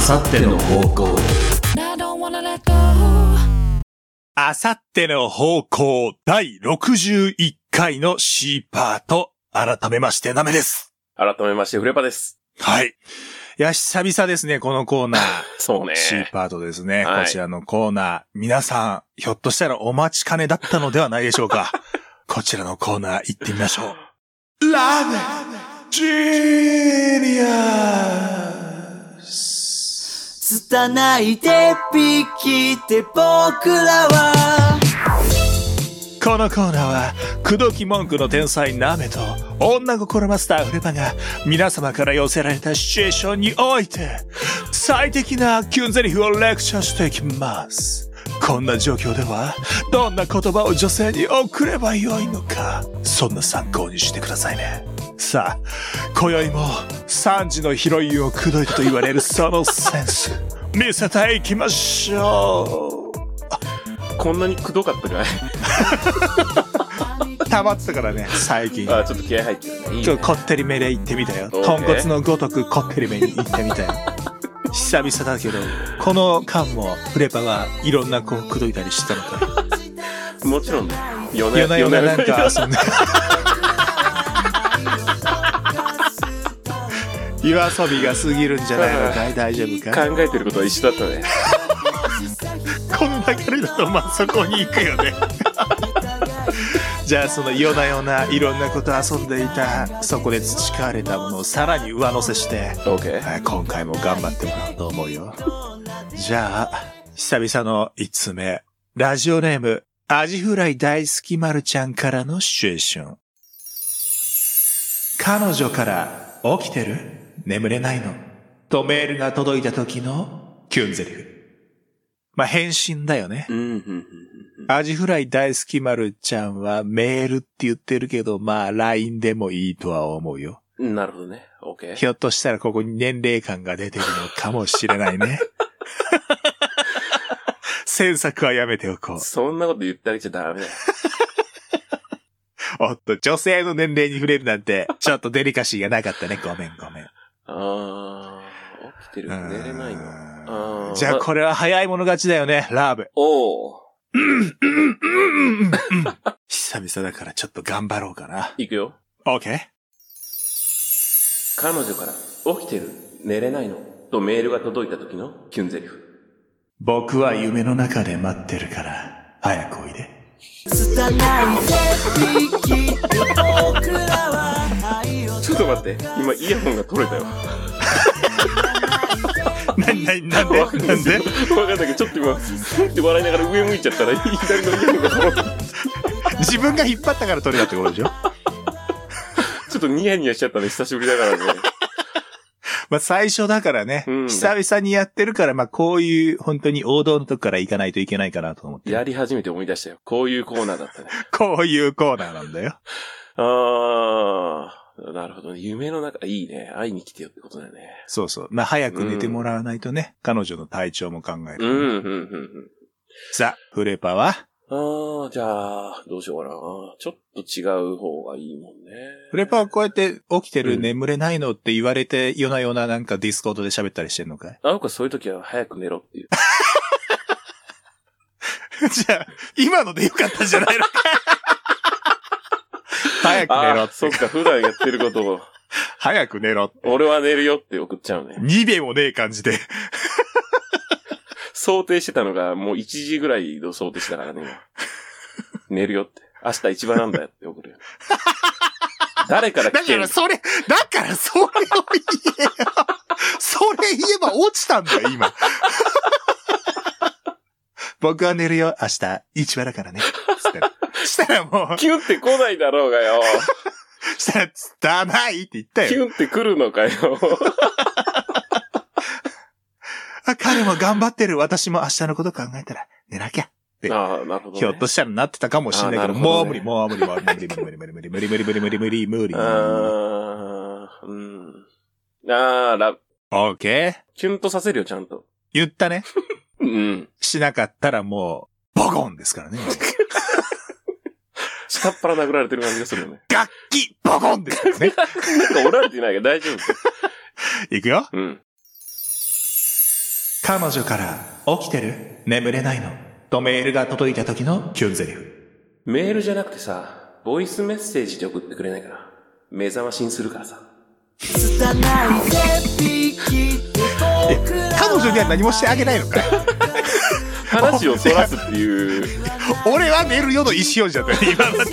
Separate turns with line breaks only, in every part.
さっての方向
I don't wanna let go.
あさっての方向第61回の C パート、改めましてダメです。
改めまして、フレパです。
はい。いや、久々ですね、このコーナー。
そうね。
C パートですね、
はい
こちらのコーナー。皆さん、ひょっとしたらお待ちかねだったのではないでしょう か。こちらのコーナー行ってみましょう。ラブジーニアス
つたないでピきて僕らは
このコーナーは、口説き文句の天才ナメと、女心マスターフレパが、皆様から寄せられたシチュエーションにおいて、最適なキュンゼリフをレクチャーしていきます。こんな状況では、どんな言葉を女性に送ればよいのか、そんな参考にしてくださいね。さあ、今宵も、3時のヒロインを口説いたと言われるそのセンス、見せていきましょう。
こんなにくどかったかい
溜まってたからね、最近
あ、ちょっと気合入ってるね。いい
ちょっ
ね
とこってりめで行ってみたよ。
どうね
豚骨のごとくこってりめに行ってみたよ。 久々だけど、この間もフレパはいろんな子を口説いたりしてたのか。
もちろんね。夜
夜な夜ななんか遊ん で。夜遊びが過ぎるんじゃないのかい大丈夫かい
考えてることは一緒だったね。
この流れだとまあそこに行くよね じゃあその夜な夜ないろんなこと遊んでいたそこで培われたものをさらに上乗せして
オーケー。
はい今回も頑張ってもらおうと思うよ。じゃあ、久々の5つ目。ラジオネーム、アジフライ大好きまるちゃんからのシチュエーション。彼女から、起きてる眠れないのとメールが届いた時のキュンゼリフ。まあ、返信だよね
う。んうんうん
アジフライ大好きまるちゃんはメールって言ってるけど、まあ、LINE でもいいとは思うよ。
うん。なるほどね。オーケー。
ひょっとしたらここに年齢感が出てるのかもしれない ね。詮索はやめておこう。
そんなこと言ってあげちゃダメ だよ。
おっと、女性の年齢に触れるなんて、ちょっとデリカシーがなかったね。ごめんごめん。
あー、起きてる。寝れないの。
うー
あ
ん
ー
じゃあ
ま
これは早い者勝ちだよね、ラブ。
おー。
久々だからちょっと頑張ろうかな。
いくよ。
OK?
彼女から、起きてる。寝れないの。とメールが届いた時のキュンゼリフ。
僕は夢の中で待ってるから、早くおいで。
つたないでピきて僕らは愛を
ちょっと待って。今、イヤホンが取れたよ。
なになになんで
わかん な
ないんで
わかんないけど、ちょっと今、ふんって笑いながら上向いちゃったら、左のイヤホンが取れた。
自分が引っ張ったから取れたってことでしょ
ちょっとニヤニヤしちゃったね、久しぶりだからね。
まあ最初だからね、
うん
久々にやってるから、まあこういう本当に王道のとこから行かないといけないかなと思って。
やり始めて思い出したよ。こういうコーナーだったね。
こういうコーナーなんだよ。
あー、なるほどね。夢の中、いいね。会いに来てよってことだよね。
そうそう。まあ早く寝てもらわないとね、彼女の体調も考え
う
る。
ん、うん、うん。
さあ、フレパは
うんあー、じゃあ、どうしようかな。ちょっと違う方がいいもんね。
フレパはこうやって起きてる、
うん
眠れないのって言われて、夜な夜ななんかディスコードで喋ったりしてんの かい
あの子はそういう時は早く寝ろっていう。
じゃあ、今のでよかったんじゃないのか 早く寝ろ
あ
っ。
ー、そってか、普段やってることを、
早く寝ろって。
俺は寝るよって送っちゃうね。
2秒もねえ感じで。
想定してたのが、もう1時ぐらいの想定してたか らね、今寝るよって。明日一番なんだよっ て送るよ。誰から
だ
聞け
か
る
らそれ、だからそれを言えよ。それ言えば落ちたんだよ、今。僕は寝るよ、明日、一話だからね。つったらしたらもう、
キュンって来ないだろう がよ。
したら、つたないって言った
キ
よ。
ュンって来る のかよ。
あ彼も頑張ってる、私も明日のこと考えたら、寝なきゃ。
ああ、なるほど、ね。
ひょっとしたらなってたかもしれないけど、
あなるほ
もう
どね
無理、もう無理、もう無理、無理、無理、無理、無理、無理、無理、無理、無理、無理、無理。
あーうん。ああ、ラ、
オーケー
キュンとさせるよ、ちゃんと。
言ったね。
うん。
しなかったらもう、ボコンですからね。
下っ腹殴られてる感じがするよ ね。
楽器、ボコンですからね。
なんか折られてないが大丈夫。
いくよ。
うん。
彼女から、起きてる眠れないのとメールが届いた時のキュンゼリフ。
メールじゃなくてさ、ボイスメッセージで送ってくれないかな。目覚ましにするからさ。
拙い線引きで僕ら
彼女には何もしてあげないのかい
話をそらすっていう、
俺は寝るよの石をじゃない今の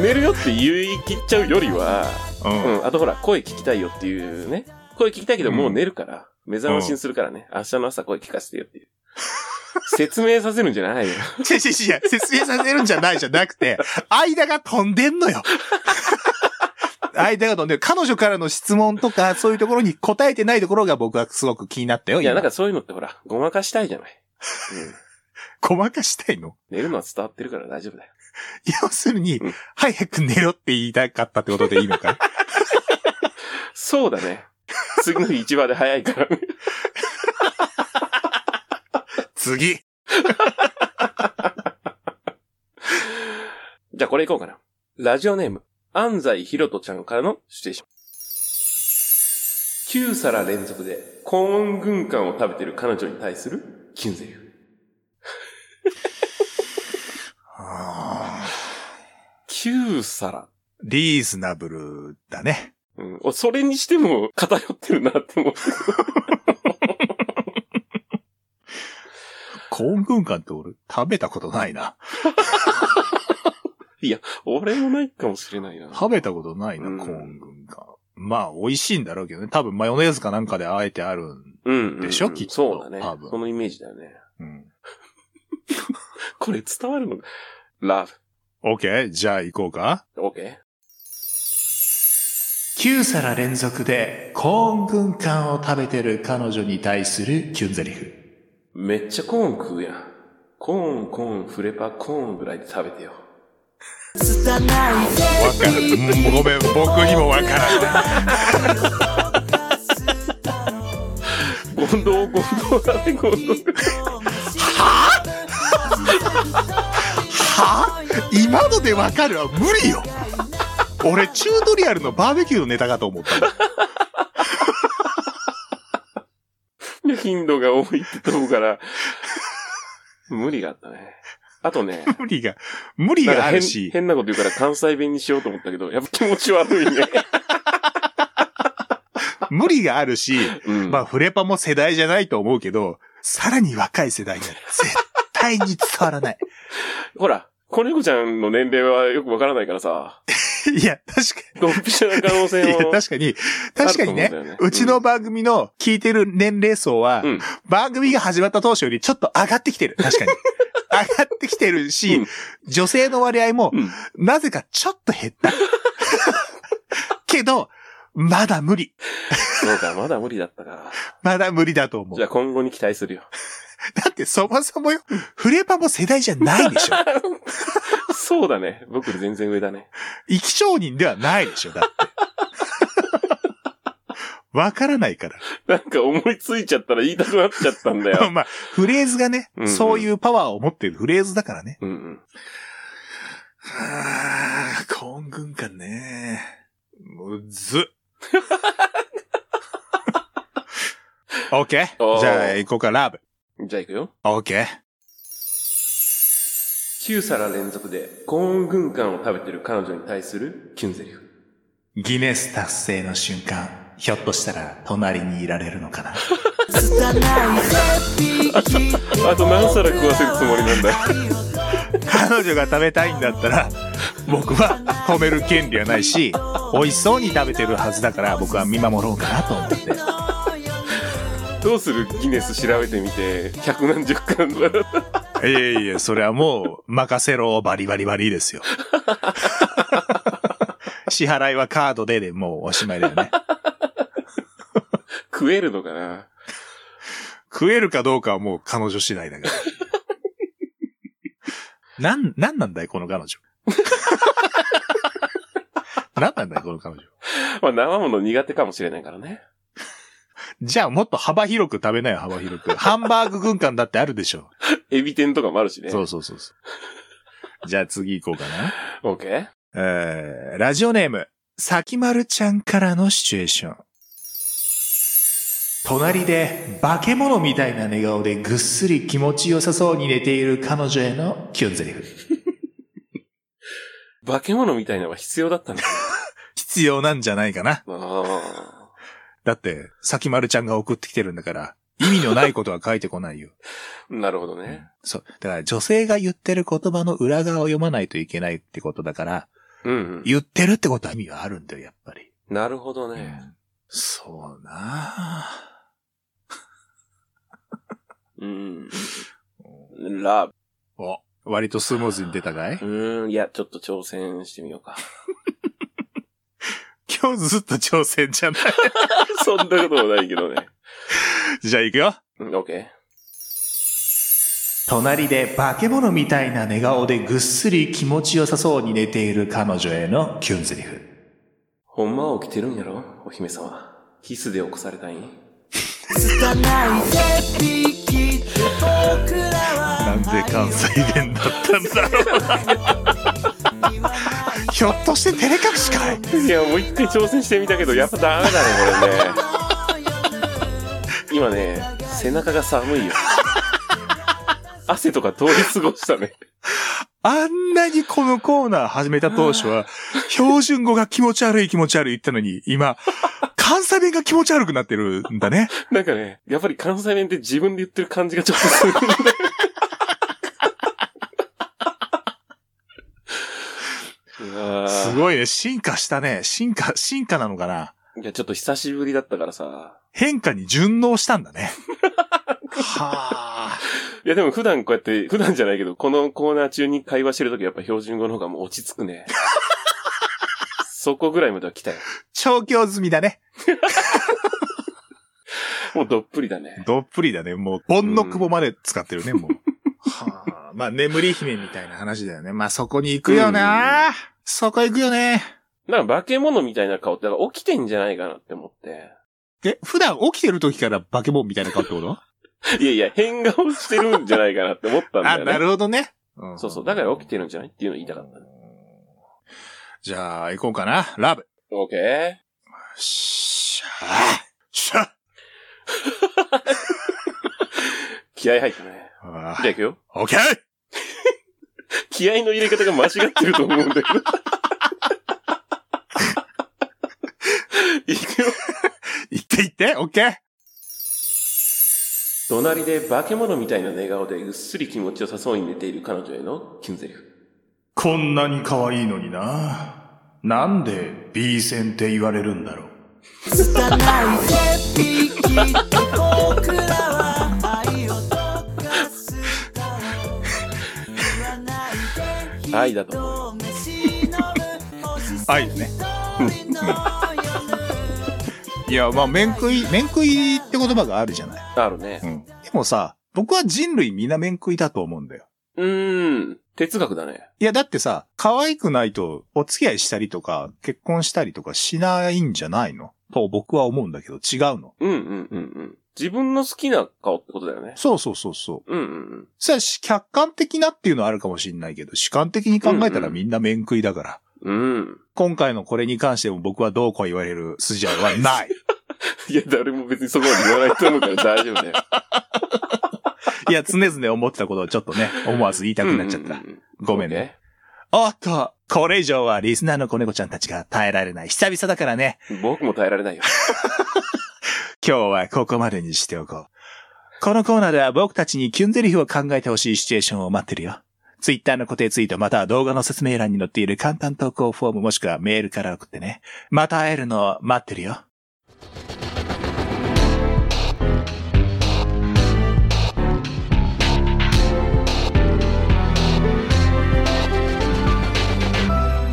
寝るよって言い切っちゃうよりは、
うん
うん、あとほら、声聞きたいよっていうね。声聞きたいけどもう寝るから、目覚ましにするからね。明日の朝声聞かせてよっていう。説明させるんじ ゃないよ。
違う違う違う説明させるんじゃないじゃなくて、間が飛んでん のよ。間が飛んでる。彼女からの質問とか、そういうところに答えてないところが僕はすごく気になったよ。
いや、
今
なんかそういうのってほら、ごまかしたいじゃ ない。うん。
ごまかしたいの
寝るのは伝わってるから大丈夫だよ。
要するに
うん、
早く寝ろって言いたかったってことでいいのかい
そうだね。次の日一番で早いからね。
次
じゃあこれいこうかな。ラジオネーム、安西ひろとちゃんからのシチュエーション。9皿連続で幸運軍艦を食べてる彼女に対するキュンゼリフ。9皿。
リーズナブルだね。
うん。おそれにしても偏ってるなって思う。
幸運軍艦って俺、食べたことないな。
俺もないかもしれないな。
食べたことないな、
うん
幸運軍艦。まあ、美味しいんだろうけどね。多分マヨネーズかなんかであえてあるん。
うんうんうん
でしょきっと
そうだね
多。分
そのイメージだよね。
うん。
これ伝わるのかラ
オッケーじゃあ行こうか。
ブ。オッケー
9皿連続でコーン軍艦を食べてる彼女に対するキュンゼリフ。
めっちゃコーン食うやん。コーン、コーン、フレパ、コーンぐらいで食べてよ。
拙い
わかる。 うんごめん、僕にもわからない。
ゴンドウ、ゴンドウだね、ゴンドウ。
は今のでわかるは無理よ。俺、チュートリアルのバーベキューのネタかと思ったの。
頻度が多いってとこから、無理があったね。あと ね、
無理が、無理
なんか
があ
変
るし。
変なこと言うから関西弁にしようと思ったけど、やっぱ気持ち悪い ね。
無理があるし、
うん。
まあ、フレパも世代じゃないと思うけど、さらに若い世代になる。絶対に伝わらない。
ほら、子猫ちゃんの年齢はよくわからないか らさ、
いや、確か
ドンピシャな可能性
に、いや
も。
確かに、確かに
あ
ね
ると思うんだよね、
うちの番組の聞いてる年齢層は、
うん
番組が始まった当初よりちょっと上がってきてる。確か に。上がってきてるし、
うん
女性の割合も、
うん
なぜかちょっと減 った。けど、まだ無理。
そうか、まだ無理だったか。
まだ無理だと思う。
じゃあ今後に期待するよ。
だってそもそもよ、フレパも世代じゃないでしょ。
そうだね。僕より全然上だね。
生き証人ではないでしょ、だ って。わからないから。
なんか思いついちゃったら言いたくなっちゃったんだ よ。
まあ、フレーズがね、
うんうん
そういうパワーを持っているフレーズだからね。
うんうん。
ああ、コーン軍艦ね。むずっ。 オッケ
お
ー
ー
じゃあ、行こうか、ラブ。
じゃあ行くよ。
オッケー
9皿連続で幸運軍艦を食べてる彼女に対するキュンゼリフ。
ギネス達成の瞬間、ひょっとしたら隣にいられるのかな。
拙い線引き
あと何皿食わせるつもりなんだ
彼女が食べたいんだったら、僕は止める権利はないし、美味しそうに食べてるはずだから、僕は見守ろうかなと思って。
どうするギネス調べてみて、百何十巻とか。
いやいや、それはもう、任せろ、バリバリバリですよ。支払いはカードででもうおしまいだよね。
食えるのかな
食えるかどうかはもう彼女次第だから。なん、なんなんだい、この彼女。なんなんだい、この彼女。
まあ生もの苦手かもしれないからね。
じゃあもっと幅広く食べなよ、幅広く。ハンバーグ軍艦だってあるでしょ。
エビ天とかもあるしね。
そうそうそうそう。じゃあ次行こうかな。
オッケー
えー、ラジオネーム、さきまるちゃんからのシチュエーション。隣で化け物みたいな寝顔でぐっすり気持ちよさそうに寝ている彼女へのキュンゼリフ。
化け物みたいなのは必要だ ったんだ。
必要なんじゃないかな。
あ
だって、さきまるちゃんが送ってきてるんだから、意味のないことは書いてこないよ。
あ。なるほどね。
そう。だから女性が言ってる言葉の裏側を読まないといけないってことだから、
うん、うん。
言ってるってことは意味があるんだよ、やっぱり。
なるほどね。
そうなぁ。
うん。ラ
お、割とスムーズに出たかい
ブ。うん。いや、ちょっと挑戦してみよう か。
今日ずっと挑戦じゃない。
そんなこともないけどね。
じゃあ行くよ。
うんオッケ
隣で化け物みたいな寝顔でぐっすり気持ちよさそうに寝ている彼女へのキュンゼリフ。
ー。ほんまは起きてるんやろお姫様。キスで起こされたいん
拙い線引きで僕ら
な
は
んで関西弁だったんだろう。ひょっとして照れ隠しかい
いや、もう一回挑戦してみたけど、やっぱダメだね、これね。今ね、背中が寒いよ。汗とか通り過ごしたね。
あんなにこのコーナー始めた当初は、標準語が気持ち悪い気持ち悪い言ったのに、今、関西弁が気持ち悪くなってるんだね。
なんかね、やっぱり関西弁って自分で言ってる感じがちょっとするんだよ。うわ
す
ー
ごいね。進化したね。進化、進化なのかない
や、ちょっと久しぶりだったからさ。
変化に順応したんだね。はあ。
いや、でも普段こうやって、普段じゃないけど、このコーナー中に会話してるときやっぱ標準語の方がもう落ち着くね。そこぐらいまでは来たよ。
調教済みだね。
もうどっぷりだね。
どっぷりだね。もう、ボンの久保まで使ってるね、もう。はあ、まあ、眠り姫みたいな話だよね。まあ、そこに行くよな、そこ行くよね。
なんか化け物みたいな顔って、だから起きてんじゃないかなって思って。
え、普段起きてる時から化け物みたいな顔ってこと
いやいや、変顔してるんじゃないかなって思ったんだ
あ、
よね。
なるほどね。
そうそう。だから起きてるんじゃないっていうの言いたかった。
じゃあ、行こうかな。ラブ。
オッケー。
しゃしゃ
気合入ったね。
あ
じゃあ行くよ。
オッケー
気合の入れ方が間違ってると思 うんだけど。行くよ。
行って行って、オッケー
隣で化け物みたいな寝顔でぐっすり気持ちよさそうに寝ている彼女へのキュンゼリフ。
こんなに可愛いのにな。なんで B 線って言われるんだろう。
拙い線引きで僕らは愛を溶かしたを言わない で
愛だと
人飯のむ星さ
愛ね。
一人の夜
いや、まあ、面食い、面食いって言葉があるじゃない。
あるね。
うん。でもさ、僕は人類みんな面食いだと思うんだよ。
うーん。哲学だね。
いや、だってさ、可愛くないとお付き合いしたりとか、結婚したりとかしないんじゃないのと僕は思うんだけど、違うの。
うんうんうんうん。自分の好きな顔ってことだよね。
そうそうそうそう。
うんうんうん。
さし、客観的なっていうのはあるかもしれないけど、主観的に考えた
うんう
ら
ん
みんな面食いだから。
うん。
今回のこれに関しても僕はどうこう言われる筋合いは ない。
いや、誰も別にそこまで言わないと思うから大丈 夫だよ。
いや、常々思ってたことをちょっとね、思わず言いたくなっちゃった
うん。うんうん
ごめんね。。おっと、これ以上はリスナーの子猫ちゃんたちが耐えられない。久々だからね。
オッケー僕も耐えられないよ。
今日はここまでにしておこう。このコーナーでは僕たちにキュンゼリフを考えてほしいシチュエーションを待ってるよ。ツイッターの固定ツイートまたは動画の説明欄に載っている簡単投稿フォームもしくはメールから送ってね。また会えるのを待ってるよ。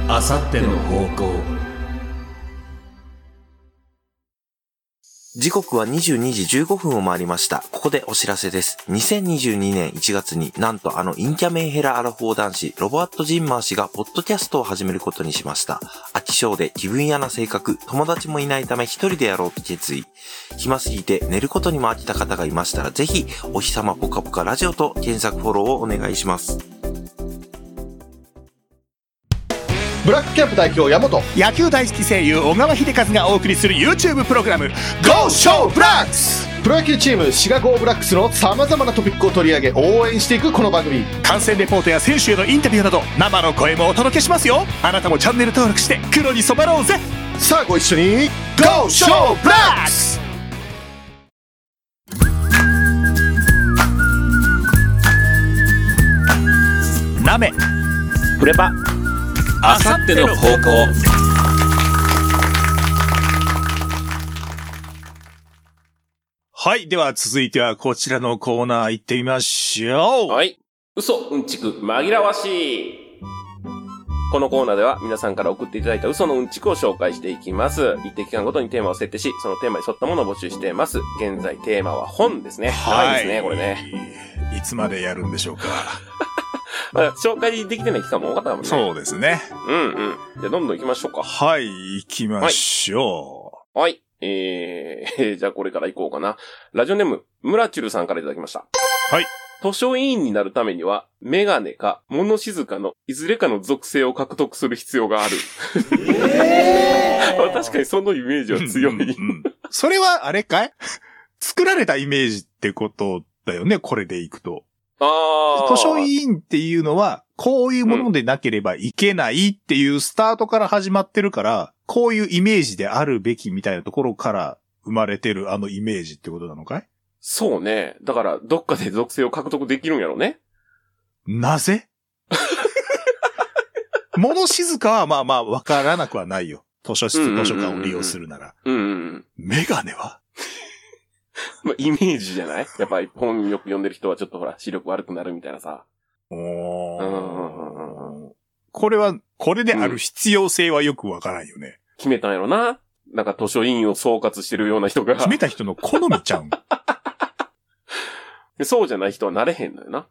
あさっての方向。
時刻は22時15分を回りました。ここでお知らせです。2022年1月になんとあのインキャメンヘラアラフォー男子、ロボアット・ジンマー氏がポッドキャストを始めることにしました。飽き性で気分屋な性格、友達もいないため一人でやろうと決意。暇すぎて寝ることにも飽きた方がいましたら、ぜひ、お日様ぽかぽかラジオと検索フォローをお願いします。
ブラックキャンプ代表山本
野球大好き声優小川秀和がお送りする YouTube プログラム
GO SHOW ブラックスプロ野球チームシガゴーブラックスのさまざまなトピックを取り上げ応援していくこの番組
観戦レポートや選手へのインタビューなど生の声もお届けしますよあなたもチャンネル登録して黒に染まろうぜ
さあご一緒に GO SHOW ブラックス
なめ
プレパあさっての方向
はいでは続いてはこちらのコーナー行ってみましょう
はい。嘘、うんちく、紛らわしい。このコーナーでは皆さんから送っていただいた嘘のうんちくを紹介していきます。一定期間ごとにテーマを設定し、そのテーマに沿ったものを募集しています。現在テーマは本ですね。長いですね、これね。
いつまでやるんでしょうか
まあ、紹介できてない期間も多かったかもね。う。
そうですね
うんうん。じゃあどんどん行きましょうか。
はい行きましょ
はい。えー、じゃあこれから行こうかな。ラジオネーム、ムラチュルさんからいただきました。
はい。
図書委員になるためには、メガネか、物静かの、いずれかの属性を獲得する必要がある。まあ 確かにそのイメージ
う、
は強
うんう
い。
んそれはあれかい 作られたイメージってことだよねこれでいくと
ああ。
図書委員っていうのは、こういうものでなければいけないっていうスタートから始まってるから、こういうイメージであるべきみたいなところから生まれてるあのイメージってことなのかい
そうね。だから、どっかで属性を獲得できるんやろね。
なぜ 物静かはまあまあわからなくはないよ。図書
うんうん
室、
うんう
図書
ん
館を利用するなら。
うんうん。
メガネは
まあ、イメージじゃないやっぱり本よく読んでる人はちょっとほら、視力悪くなるみたいなさ。
お
うんうんうん
ーこれは、これである必要性はよくわからんよね。
決めたんやろな。なんか図書委員を総括してるような人が
決。めた人の好みち ゃうん
そうじゃない人はなれへんのよな。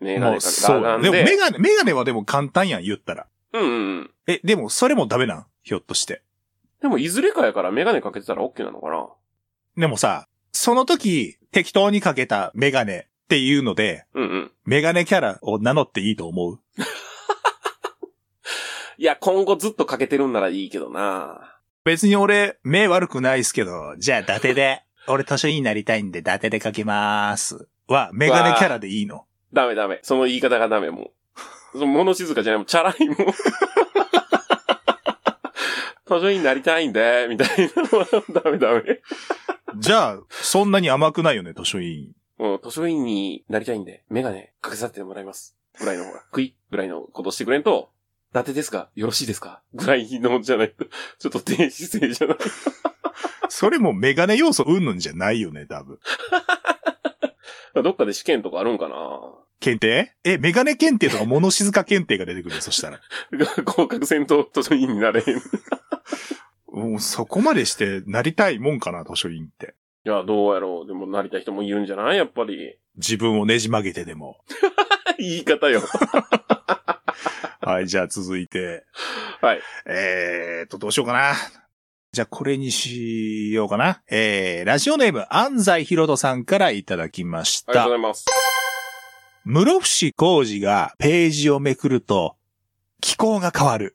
メガ
も
ネ
う
か
そうだ
ガ
ね。
ン
でも
で。
メガネ、メガネはでも簡単やん、言ったら。
うんうんうん。
え、でもそれもダメなんひょっとして。
でも、いずれかやからメガネかけてたら OK なのかな
でもさ、その時、適当にかけたメガネっていうので、
うんうん。
メガネキャラを名乗っていいと思う
いや、今後ずっとかけてるんならいいけどな。
別に俺、目悪くないっすけど、じゃあ伊達 で、俺図書委員になりたいんで伊達でかけまーす。は、メガネキャラでいいの
ダメダメ。その言い方がダメ、もう。その物静かじゃない、もうチャラいもん。 図書委員になりたいんで、みたいなのは。ダメダメ。
じゃあ、そんなに甘くないよね、図書委員。
うん、図書委員になりたいんで、メガネかけさせてもらいます。ぐらいの方が、 クイッぐらいのことしてくれんと、伊達ですかよろしいですかぐらいのじゃないと、 ちょっと低姿勢じゃない。
それもメガネ要素うんぬんじゃないよね、多分。
どっかで試験とかあるんかな
検定え、メガネ検定とか物静か検定が出てくる、そしたら。
合格戦闘図書委員になれへん。い
もうそこまでしてなりたいもんかな、図書委員って。
や、どうやろう。でも、なりたい人もいるんじゃないやっぱり。
自分をねじ曲げてでも。
言い方よ。
はい、じゃあ続いて。
はい。
えーっと、どうしようかな。じゃあこれにしようかな。えー、ラジオネーム、安西ひろとさんからいただきまし
ありがとう
た
ご。ざいます。
室伏浩二がページをめくると、気候が変わる。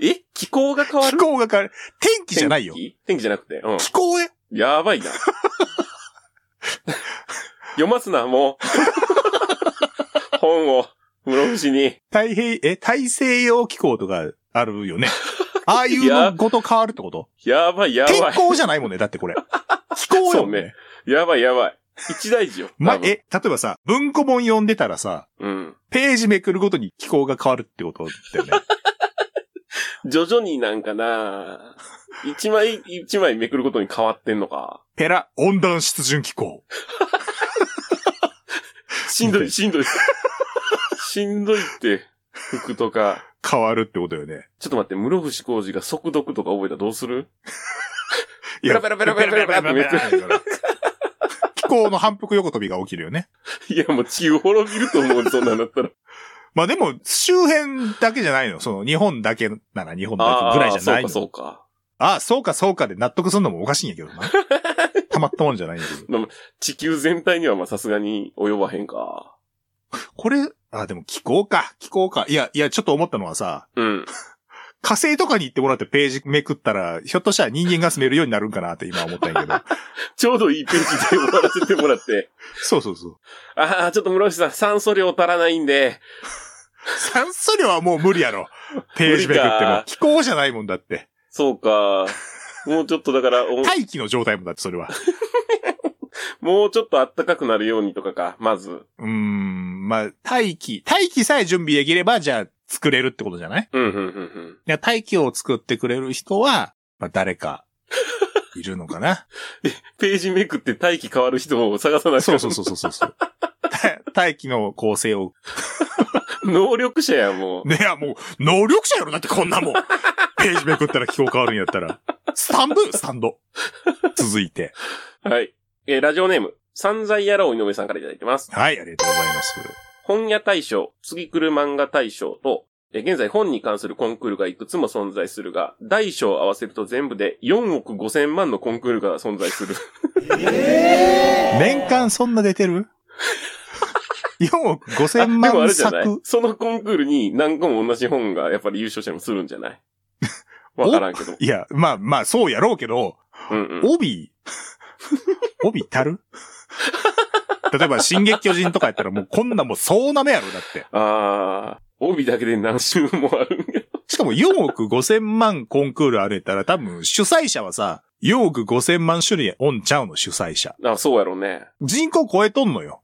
え気候が変わ
気
る
候が変わる。天気じゃないよ。
天気天気じゃなくて。うん。
気候へ
やば いな。読ますな、もう。本を、室伏に。
太平、え、大西洋気候とかあるよね。ああいうのごと変わるってこと
やばい、や
天
ばい。
候じゃないもんね、だってこれ。気候よ、
そうねやばい、やばい。一大事よ。
ま
多、分
え、例えばさ、文庫本読んでたらさ、
うん。
ページめくるごとに気候が変わるってことだよね。
徐々になんかな一枚、一枚めくることに変わってんのか。
ペラ、温暖湿潤気候。
しんどい、しんどい。しんどいって、服とか。
変わるってことよね。
ちょっと待って、室伏浩二が速読とか覚えたらどうする
いや
ペラペラペラペラペラペラペラペ
気候の反復横跳びが起きるよね。
いや、もう地球滅びると思う、そんなんだったら。
まあでも、周辺だけじゃないの。その、日本だけ なら日本だ
ああ、
けぐらいじゃないの。
そうか、
ああ、そうかそうかで納得するのもおかしいんやけど な。たまったもんじゃないんだけど。
そうか。地球全体にはまあさすがに及ばへんか。
これ、あ、でも聞こうか。聞こうか。いや、いや、ちょっと思ったのはさ、
うん。
火星とかに行ってもらってページめくったら、ひょっとしたら人間が住めるようになるんかなって今思ったんやけ ど。
ちょうどいいページで終わらせてもら って。
そうそうそう。
ああ、ちょっと室伏さん、酸素量足らないんで、
酸素量はもう無理やろ。ページめくっ
無
て
理
も
か。
気候じゃないもんだって。
そうか。もうちょっとだから、お
大気の状態もだって、それは。
もうちょっと暖かくなるようにとかか、まず。
うーん、まあ、大気。大気さえ準備できれば、じゃあ作れるってことじゃない
うん、うん、うん、うん。
いや、大気を作ってくれる人は、まあ、誰か、いるのかな
ページめくって大気変わる人を探さなきゃ
そうそうそうそうそうそう。た 大気の構成を。
能力者や、もう。
ねや、もう、能力者やろだってこんなも ん。ページめくったら気候変わるんやったら。スタンドスタンド。続いて。
はい。えーラジオネーム、散財野郎井上さんからいただいてます。
はい、ありがとうございます。
本屋大賞、次来る漫画大賞と、えー現在本に関するコンクールがいくつも存在するが、大小合わせると全部で4億5千万のコンクールが存在する。
年間そんな出てる ?4 億5千
あでもあ
万
れじゃない
作。
そのコンクールに何個も同じ本がやっぱり優勝者もするんじゃ ないわからんけど。
いや、まあまあ、そうやろうけど、
うんうん。
帯、帯足る例えば、進撃巨人とかやったらもうこんなもうそうなめやろ、だって。
あー、帯だけで何周もあるん や。
しかも4億5千万コンクールあれたら多分主催者はさ、4億5千万種類おんちゃうの、主催者。
あ、そうやろうね。
人口超えとんの よ。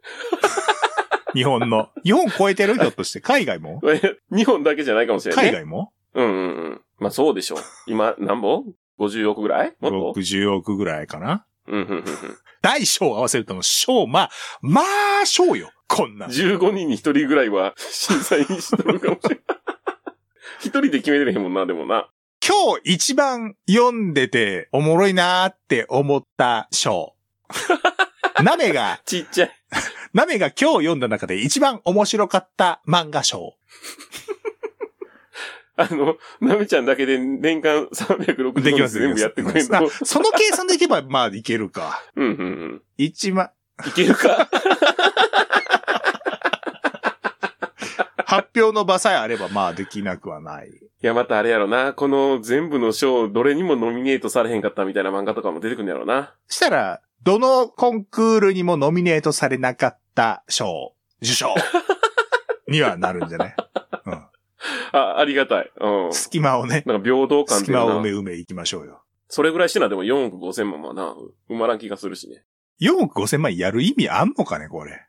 日本の。日本超えてるひょっとして。海外も
日本だけじゃないかもしれない、ね。
海外も
うんうんうん。まあそうでしょう。今、何本 ?50 億ぐらいもっと
?60 億ぐらいかな
うんうんうんうん。
大小合わせるとの小、まあ、まあ、小よ。こんなん。
15人に1人ぐらいは審査員しとるかもしれない。一人で決めれへんもんな、でもな。
今日一番読んでておもろいなーって思った 章。ナメが、
ちっちゃい。
ナメが今日読んだ中で一番面白かった漫画賞。
あの、なめちゃんだけで年間360
でき
日
ます
全部やってくれる
あ
の。
その計算でいけば、まあ、いけるか。
うんうんうん。
一万、
いけるか
発表の場さえあれば、まあ、できなくはない。
いや、またあれやろな。この全部の賞、どれにもノミネートされへんかったみたいな漫画とかも出てくるんやろな。
したら、どのコンクールにもノミネートされなかった賞、受 賞にはなるんじゃない
あ、ありがたい。うん。
隙間をね、
なんか平等感って
隙
いう
間
の
を
は
埋め埋めいきましょうよ。
それぐらいしてな、でも4億5千万はな、埋まらん気がするしね。
4億5千万やる意味あんのかね、こ れ。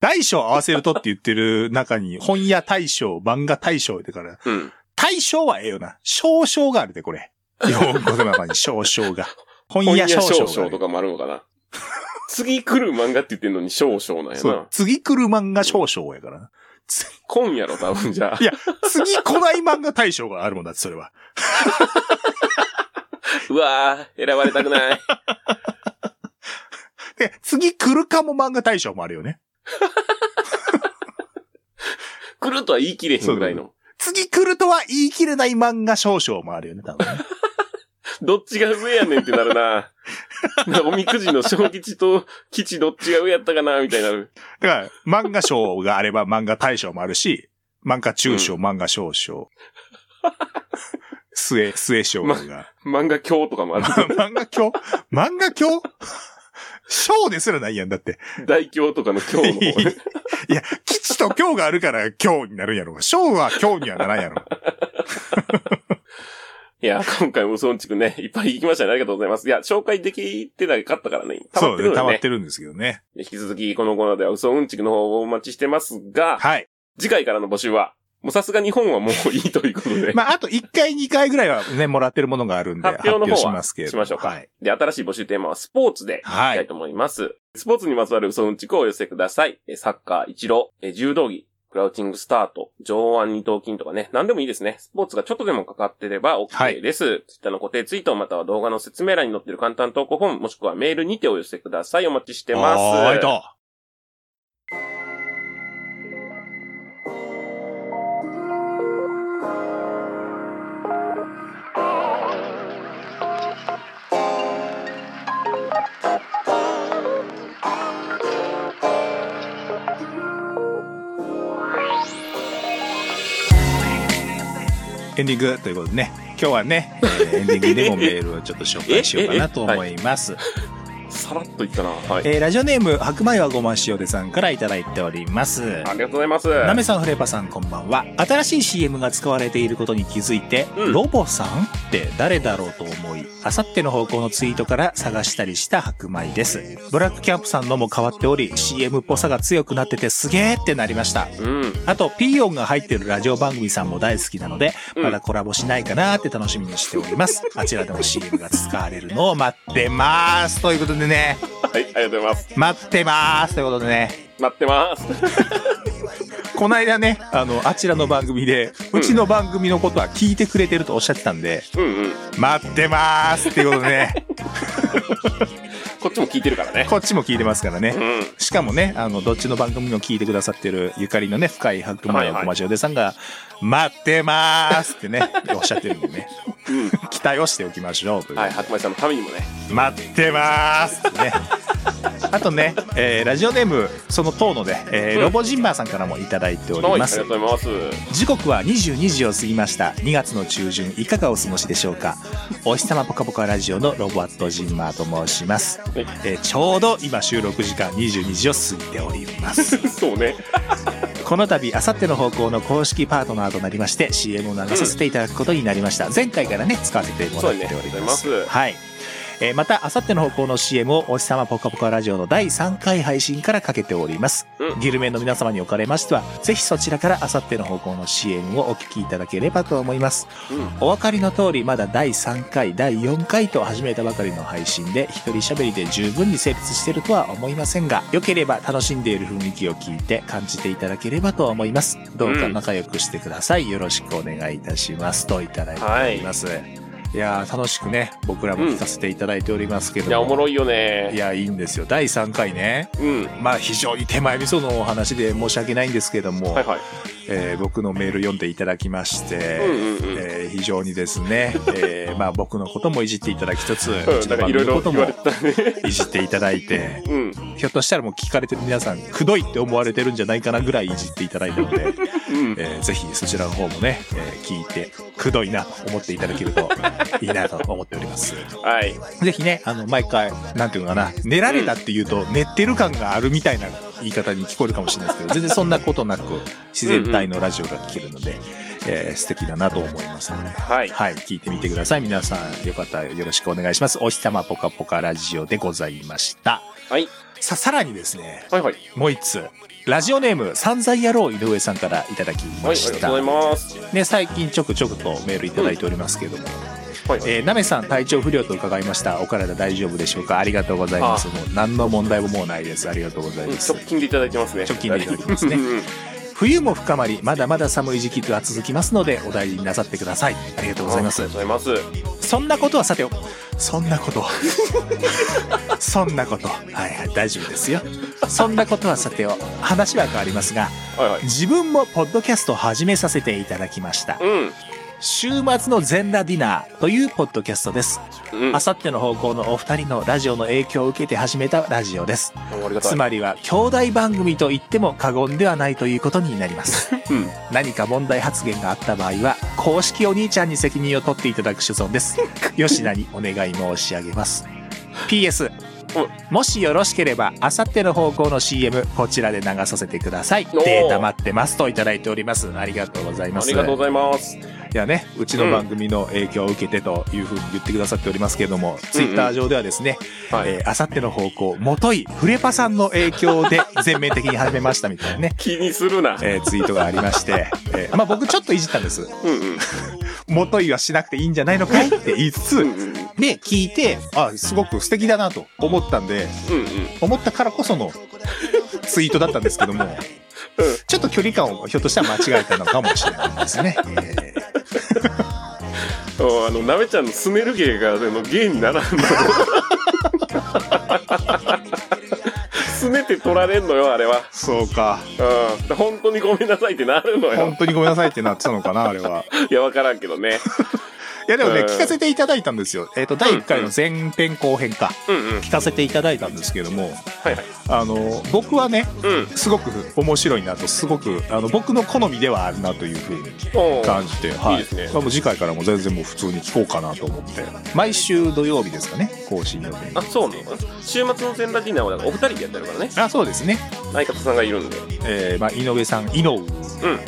大賞合わせるとって言ってる中に、本屋大賞、漫画大賞ってから、
うん。
大賞はええよな。少々があるで、これ。4億5千万に少々が。本屋少々があ
々
る
とかもあるのかな。 次来る漫画って言ってんのに少々なんや
そう
な。。
次来る漫画少々やからな。
今やろ、多分じゃあ
い。や、次来ない漫画大賞があるもんだって、それは。
うわー、選ばれた くない。
で、次来るかも漫画大賞もあるよね。
来るとは言い切れへんぐらいの。
次来るとは言い切れない漫画少々もあるよね、多分ね。
どっちが上やねんってな るな。なんかおみくじの小吉と吉どっちが上やったかな、みたいになる。
だから、漫画賞があれば漫画大賞もあるし、漫画中賞、漫画少々。末、末賞が。
漫画教とかも ある。
漫画教漫画教賞ですらないやん、だって。
大教とかの教の 方ね。
いや、吉と今日があるから今日になるんやろ。賞は今日にはならんやろ。
いや、今回もそんちくね、いっぱい行きましたね。ありがとうございます。いや、紹介できてなかったからね。溜ま
そ
っ
う
て
ね、
るの
溜
よ
ま
ね
っ。てるんですけどね。
引き続き、このコーナーでは嘘うんちくの方をお待ちしてますが、
はい。
次回からの募集は、もうさすが日本はもういいということで、
まあ、あと1回、2回ぐらいはね、もらってるものがあるんで、
発
発
表の
表
方
し
は
ますけれど
し
も。
ましょうか。
はい。
で、新しい募集テーマはスポーツで、い
は
きたい
い。
と思います。スポーツにまつわる嘘うんちくをお寄せください。えサッカー、一郎、え柔道着、クラウチングスタート、上腕二頭筋とかね、何でもいいですね。スポーツがちょっとでもかかってれば OK です。Twitter の固定ツイート、または動画の説明欄に載っている簡単投稿フォーム、もしくはメールにてお寄せください。お待ちしてます。
はーいと。
「
エンディングということでね、今日はね、えーエンディングでもメールをちょっと紹介しようかなと思い ます。
さらっといったな。はい。
えーラジオネーム、白米はごま塩でさんからいただいております。
ありがとうございます。
なめさん、フレパさん、こんばんは。新しい CM が使われていることに気づいて、
うん
ロボさんって誰だろうと思い、あさっての方向のツイートから探したりした白米です。ブラックキャンプさんのも変わっており、CM っぽさが強くなっててすげーってなりました。
うん。
あと、ピーヨンが入ってるラジオ番組さんも大好きなので、
うん
まだコラボしないかなーって楽しみにしております。あちらでも CM が使われるのを待ってます。ということでね、
はい、ありがとうございます。
待ってます。ということでね、
待ってます。
この間ね、あの、あちらの番組で、うちの番組のことは聞いてくれてるとおっしゃってたんで、
うんうん。
待ってますっていうことで ね、
こっちも聞いてるからね。
こっちも聞いてますからね
う。ん。
しかもね、あの、どっちの番組も聞いてくださってる、ゆかりのね、深い白米の小町おでさんが、待ってますってね、おっしゃってるんでね、
うん。
期待をしておきましょうという。
はい、白米さんのためにもね。
待ってますってね。あとね、えーラジオネーム、その当ので、えーロボジンバーさんからもいただいてお
はい、あ
り
り
ま
が
す
とう。ございます。
時刻は22時を過ぎました2月の中旬いかがお過ごしでしょうかお日様ぽかぽかラジオのロボットジンマーと申します、
はい
えーちょうど今収録時間22時を過ぎております
そうね。
この度あさっての方向の公式パートナーとなりまして CM を流させていただくことになりました、前回からね使わせてもらっております
そうねありがとうございます
はいえーまた、あさっての方向の CM をお日様ぽかぽかラジオの第3回配信からかけております。
うん
ギルメンの皆様におかれましては、ぜひそちらからあさっての方向の CM をお聞きいただければと思います。
うん。
お分かりの通り、まだ第3回、第4回と始めたばかりの配信で、一人喋りで十分に成立してるとは思いませんが、良ければ楽しんでいる雰囲気を聞いて感じていただければと思います。どうか仲良くしてください。よろしくお願いいたします。といただいております。い、やー、楽しくね、僕らも聞かせていただいておりますけど
いや、お
も。
もろいよ
い
ね。
や、いいんですよ。第3回ね。
うん。
まあ、非常に手前味噌のお話で申し訳ないんですけども、
はいはい。
えー僕のメール読んでいただきまして、
うんうんうん。
えー非常にですね、えーまあ僕のこともいじっていただきつつ、う
うん、
ち
な
の
んかい
番
ろ
組のこ
いろ
と
言わ
も
れてたね。
いじっていただいて、
うん。
ひょっとしたらもう聞かれてる皆さん、くどいって思われてるんじゃないかなぐらいいじっていただいたので、
うん。
えーぜひそちらの方もね、えー聞いて、くどいなと思っていただけるといいなと思っております。
はい。
ぜひね、あの、毎回、なんていうのかな、寝られたって言うと、寝てる感があるみたいな言い方に聞こえるかもしれないですけど、全然そんなことなく、自然体のラジオが聞けるので、えー素敵だなと思いますので、
はい
はい、聞いてみてください。皆さん、よかったらよろしくお願いします。お日様ぽかぽかラジオでございました。
はい。
さ、さらにですね、
はいはい。
もう一つ、ラジオネーム、散々野郎井上さんからいただき
は
ま
い、あり
し
が
た。
とうございます。
ね、最近ちょくちょくとメールいただいておりますけれども、
はいはい。
えー、なめさん体調不良と伺いましたお体大丈夫でしょうかありがとうございますもう何の問題ももうないですありがとうござい
うん
ます
直近でいただいてますね。
直近でいただいてますね
うんうん
冬も深まりまだまだ寒い時期が続きますのでお大事になさってくださいありがとうございます
ありがとうございます。
そんなことはさておそんなこと そんなことはいはい大丈夫ですよそんなことはさてお話は変わりますが
はいはい。
自分もポッドキャストを始めさせていただきました週末の全裸ディナーというポッドキャストです
うん。うん。
あさっての方向のお二人のラジオの影響を受けて始めたラジオです。
ありがたい。
つまりは兄弟番組と言っても過言ではないということになります。
うん。
何か問題発言があった場合は、公式お兄ちゃんに責任を取っていただく所存 です。吉田にお願い申し上げます。PS
うん。
もしよろしければ、あさっての方向の CM、こちらで流させてください。
おー
データ待ってますといただいております。ありがとうござい
あ
ます。
りがとうございます。
いやね、うちの番組の影響を受けてというふうに言ってくださっておりますけれども、ツイッター上ではですね、
はい、
えーあさっての方向、もとい、フレパさんの影響で全面的に始めましたみたいなね
気にするな。
えーツイートがありまして、えーまあ僕ちょっといじったんです。
うんうん。
もといはしなくていいんじゃないのかいって言いつ
う
つ
ん、うん。
で、聞いて、あ、すごく素敵だなと思ったんで、
うんうん。
思ったからこそのツイートだったんですけども、ちょっと距離感をひょっとしたら間違えたのかもしれないですね。えー
うんあの、なべちゃんのスネる芸が、あの、芸にならんの。すねて取られんのよ、あれは。
そうか。
うん。本当にごめんなさいってなるの
本
よ。
当にごめんなさいってなってたのかな、あれは。
いや、わからんけどね。
や、でもね、
うん
聞かせていただいたんですよ。えっ、と、第1回の前編後編か、
うんうん。
聞かせていただいたんですけども、
はいはい。
あの、僕はね、
うん。
すごく面白いなと、すごく、あの、僕の好みではあるなというふうに
おー
感じて、はい。
いいですね
まあもう次回からも全然もう普通に聞こうかなと思って。毎週土曜日ですかね、更新予定。
あ、そうなの週末の全裸ディナーはなんかお二人でやってるからね。
あ、そうですね。
相方さんがいるんで。
えー、まあ、井上さん、井上、
うん。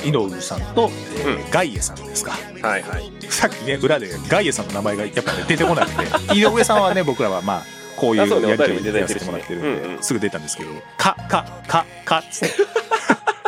井上さんと、えー
う
ガイエさんですか。
はいはい。
さっきね、裏でガイエさんの名前がやっぱ、ね、出てこなく て、井上さんはね、僕らはまあ、こうい
あそう
う
ね
やり
お
取
便
り
りもい
や
ただい
らせ
てる
て
しね
もらってるんで、
うんうん
すぐ出たんですけど、か、か、か、か、っつって、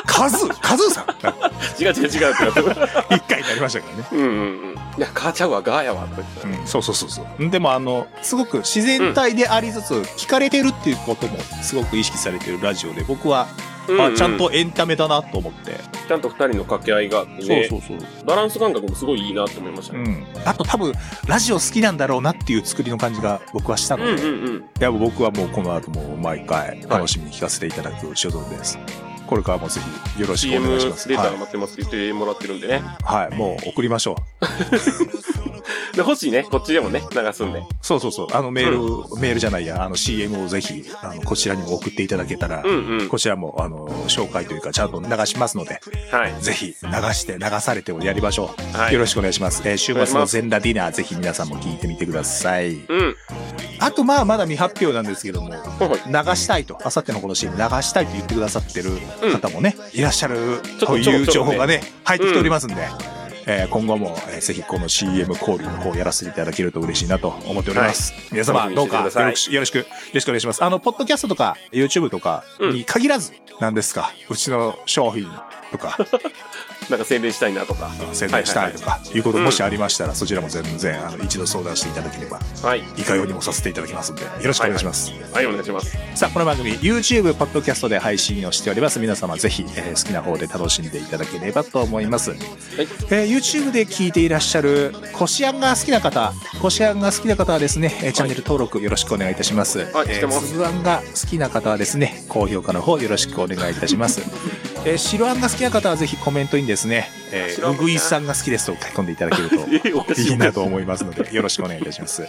カズ、カズーさん
違う違う違うってなってる。
一回になりましたからね。
うんうんうん。いや、母ちゃうわ、ガーやわ、とか言ってた
うん、そうそうそうそうでもあのすごく自然体でありつつ聞かれてるっていうこともすごく意識されてるラジオで僕は、
うんうん
あちゃんとエンタメだなと思って、
ちゃんと二人の掛け合いがあって
う
ね
そう
バランス感覚もすごいいいなと思いました
う
ね。
ん、あと多分ラジオ好きなんだろうなっていう作りの感じが僕はした
う
の
んう
で、
んうん。
いやもう僕はもうこの後も毎回楽しみに聞かせていただく所存です、これからもぜひよろしくお
CM
願
レ
いします
ーター
は
が待ってますって言ってもらってるんでね。
い、はい、もう送りましょう
で、欲しいね、こっちでもね、流すんで。
そうそうそうあのメール、メールじゃないやあの CM をぜひあのこちらにも送っていただけたら、
うんうん。
こちらも、あの、紹介というか、ちゃんと流しますので、
はい。
ぜひ流して、流されてもやりましょう。
はい
よろしくお願いします。えー週
お願いし
末
ま
の
す
全裸ディナー、ぜひ皆さんも聞いてみてください。
うん。
あと、まあ、まだ未発表なんですけども、
ほいほい
流したいと、あさってのこのシーン、流したいと言ってくださってる方もね、いらっしゃる
ちょっと
と
ちょ
い
こ
う
ちょ
情
こ
報
ね
がね、入ってきておりますんで、えー今後も、えーぜひこの CM 交流の方やらせていただけると嬉しいなと思っております。皆様、ど
楽
う
しみ
か
に
よろ
してください
しく、よろしく、よろしくお願いします。あの、ポッドキャストとか、YouTube とかに限らず、なんですか、うちの商品とか、
なんか宣伝したいなとか。
宣伝したいとか、いうこと
うん
もしありましたら、そちらも全然、あの、一度相談していただければ、
はい。
いかようにもさせていただきますんで、よろしくお願いします。
はい、お願いします。
さあ、この番組、YouTube、ポッドキャストで配信をしております。皆様、ぜひ、えー好きな方で楽しんでいただければと思います。えー YouTube で聞いていらっしゃる、こしあんが好きな方、こしあんが好きな方はですね、えーチャンネル登録よろしくお願いいたします。
はいしてます
えー粒あんが好きな方はですね、高評価の方よろしくお願いいたし ます。えー白あんが好きな方はぜひコメントにですね、え
白あ
ー、
ん
うぐいすさんが好きですと書き込んでいただける と
え、おかし
い
い
いなと思いますので、よろしくお願いいたします。え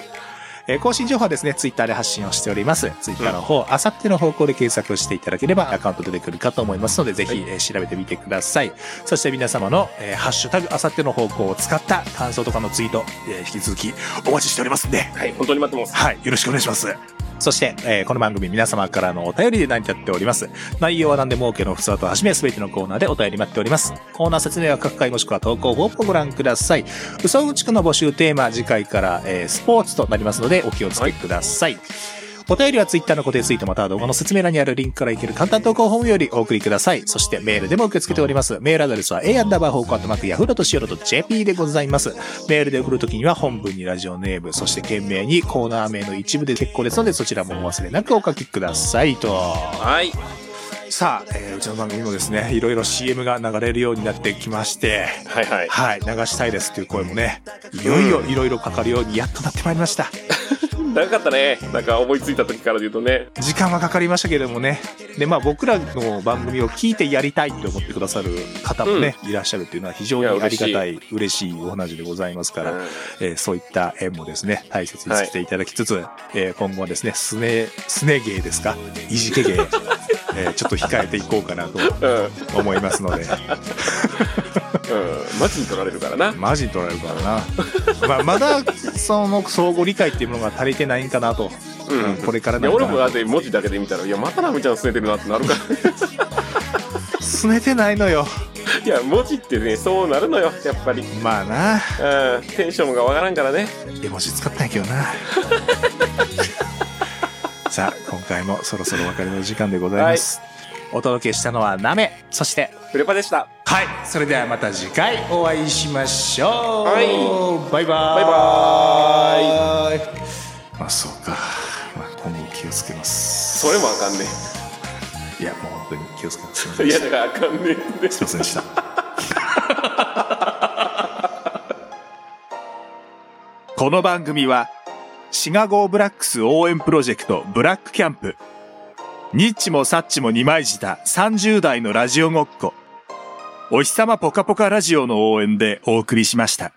ー更新情報はですね、ツイッターで発信をしております。ツイッターの方、あさっての方向で検索していただければアカウント出てくるかと思いますので、ぜひ、えー調べてみてください。そして皆様の、えーハッシュタグ、あさっての方向を使った感想とかのツイート、えー引き続きお待ちしておりますんで、
はい、本当に待ってます。
はい、よろしくお願いします。そして、えーこの番組皆様からのお便りで成り立っております。内容は何でも OK のふさとはじめ全てのコーナーでお便り待っております。コーナー説明は各回もしくは投稿フォームをご覧ください。嘘うんちくの募集テーマ、次回から、えースポーツとなりますのでお気をつけください。お便りはツイッターの固定ツイートまたは動画の説明欄にあるリンクからいける簡単投稿フォームよりお送りください。そしてメールでも受け付けております。メールアドレスは a アンダーバー方向アットマークヤフードとシオロと JP でございます。メールで送るときには本文にラジオネーム、そして件名にコーナー名の一部で結構ですのでそちらもお忘れなくお書きくださいと。
はい。
さあ、えーうちの番組もですね、いろいろ CM が流れるようになってきまして、
はいはい。
はい、流したいですという声もね、いよいよいろいろかかるようにやっとなってまいりました。
長かったね。なんか思いついた時からで言うとね。
時間はかかりましたけれどもね。で、まあ僕らの番組を聞いてやりたいと思ってくださる方もね、いらっしゃるというのは非常
いや
にあり
嬉しい
がたい、嬉しいお話でございますから、
うん
えーそういった縁もですね、大切にしていただきつつ、えー今後はですね、すね、すね芸ですかいじけ芸、えーちょっと控えていこうかなと
うん。うん。
思いますので、
マジに取られるからな。
マジに取られるからな。まあまだ、その相互理解っていうものが足りてないんかなと。
うん
これから
いや
なん
俺もだ
か、
って文字だけで見たら、いや、またラムちゃん拗ねてるなってなるから。
すねてないのよ。
いや、文字ってね、そうなるのよ、やっぱり。うん。
まあな。
テンションがわからんからね。
絵文字使ったんやけどな さあ今回もそろそろお別れの時間でございます、お届けしたのはナメそして
フレパでした。
はいそれではまた次回お会いしましょう、
は
バイバ
バイ
イ
バ
バイまあそうか、まあ、今後気をつけます
それもあかんね。
いやもう本当に気をつけますすいません
い
で
や、
し
だからあかんねん
たすいませんでした
この番組は、シガゴーブラックス応援プロジェクトブラックキャンプ、ニッチもサッチも二枚舌30代のラジオごっこ、お日様ポカポカラジオの応援でお送りしました。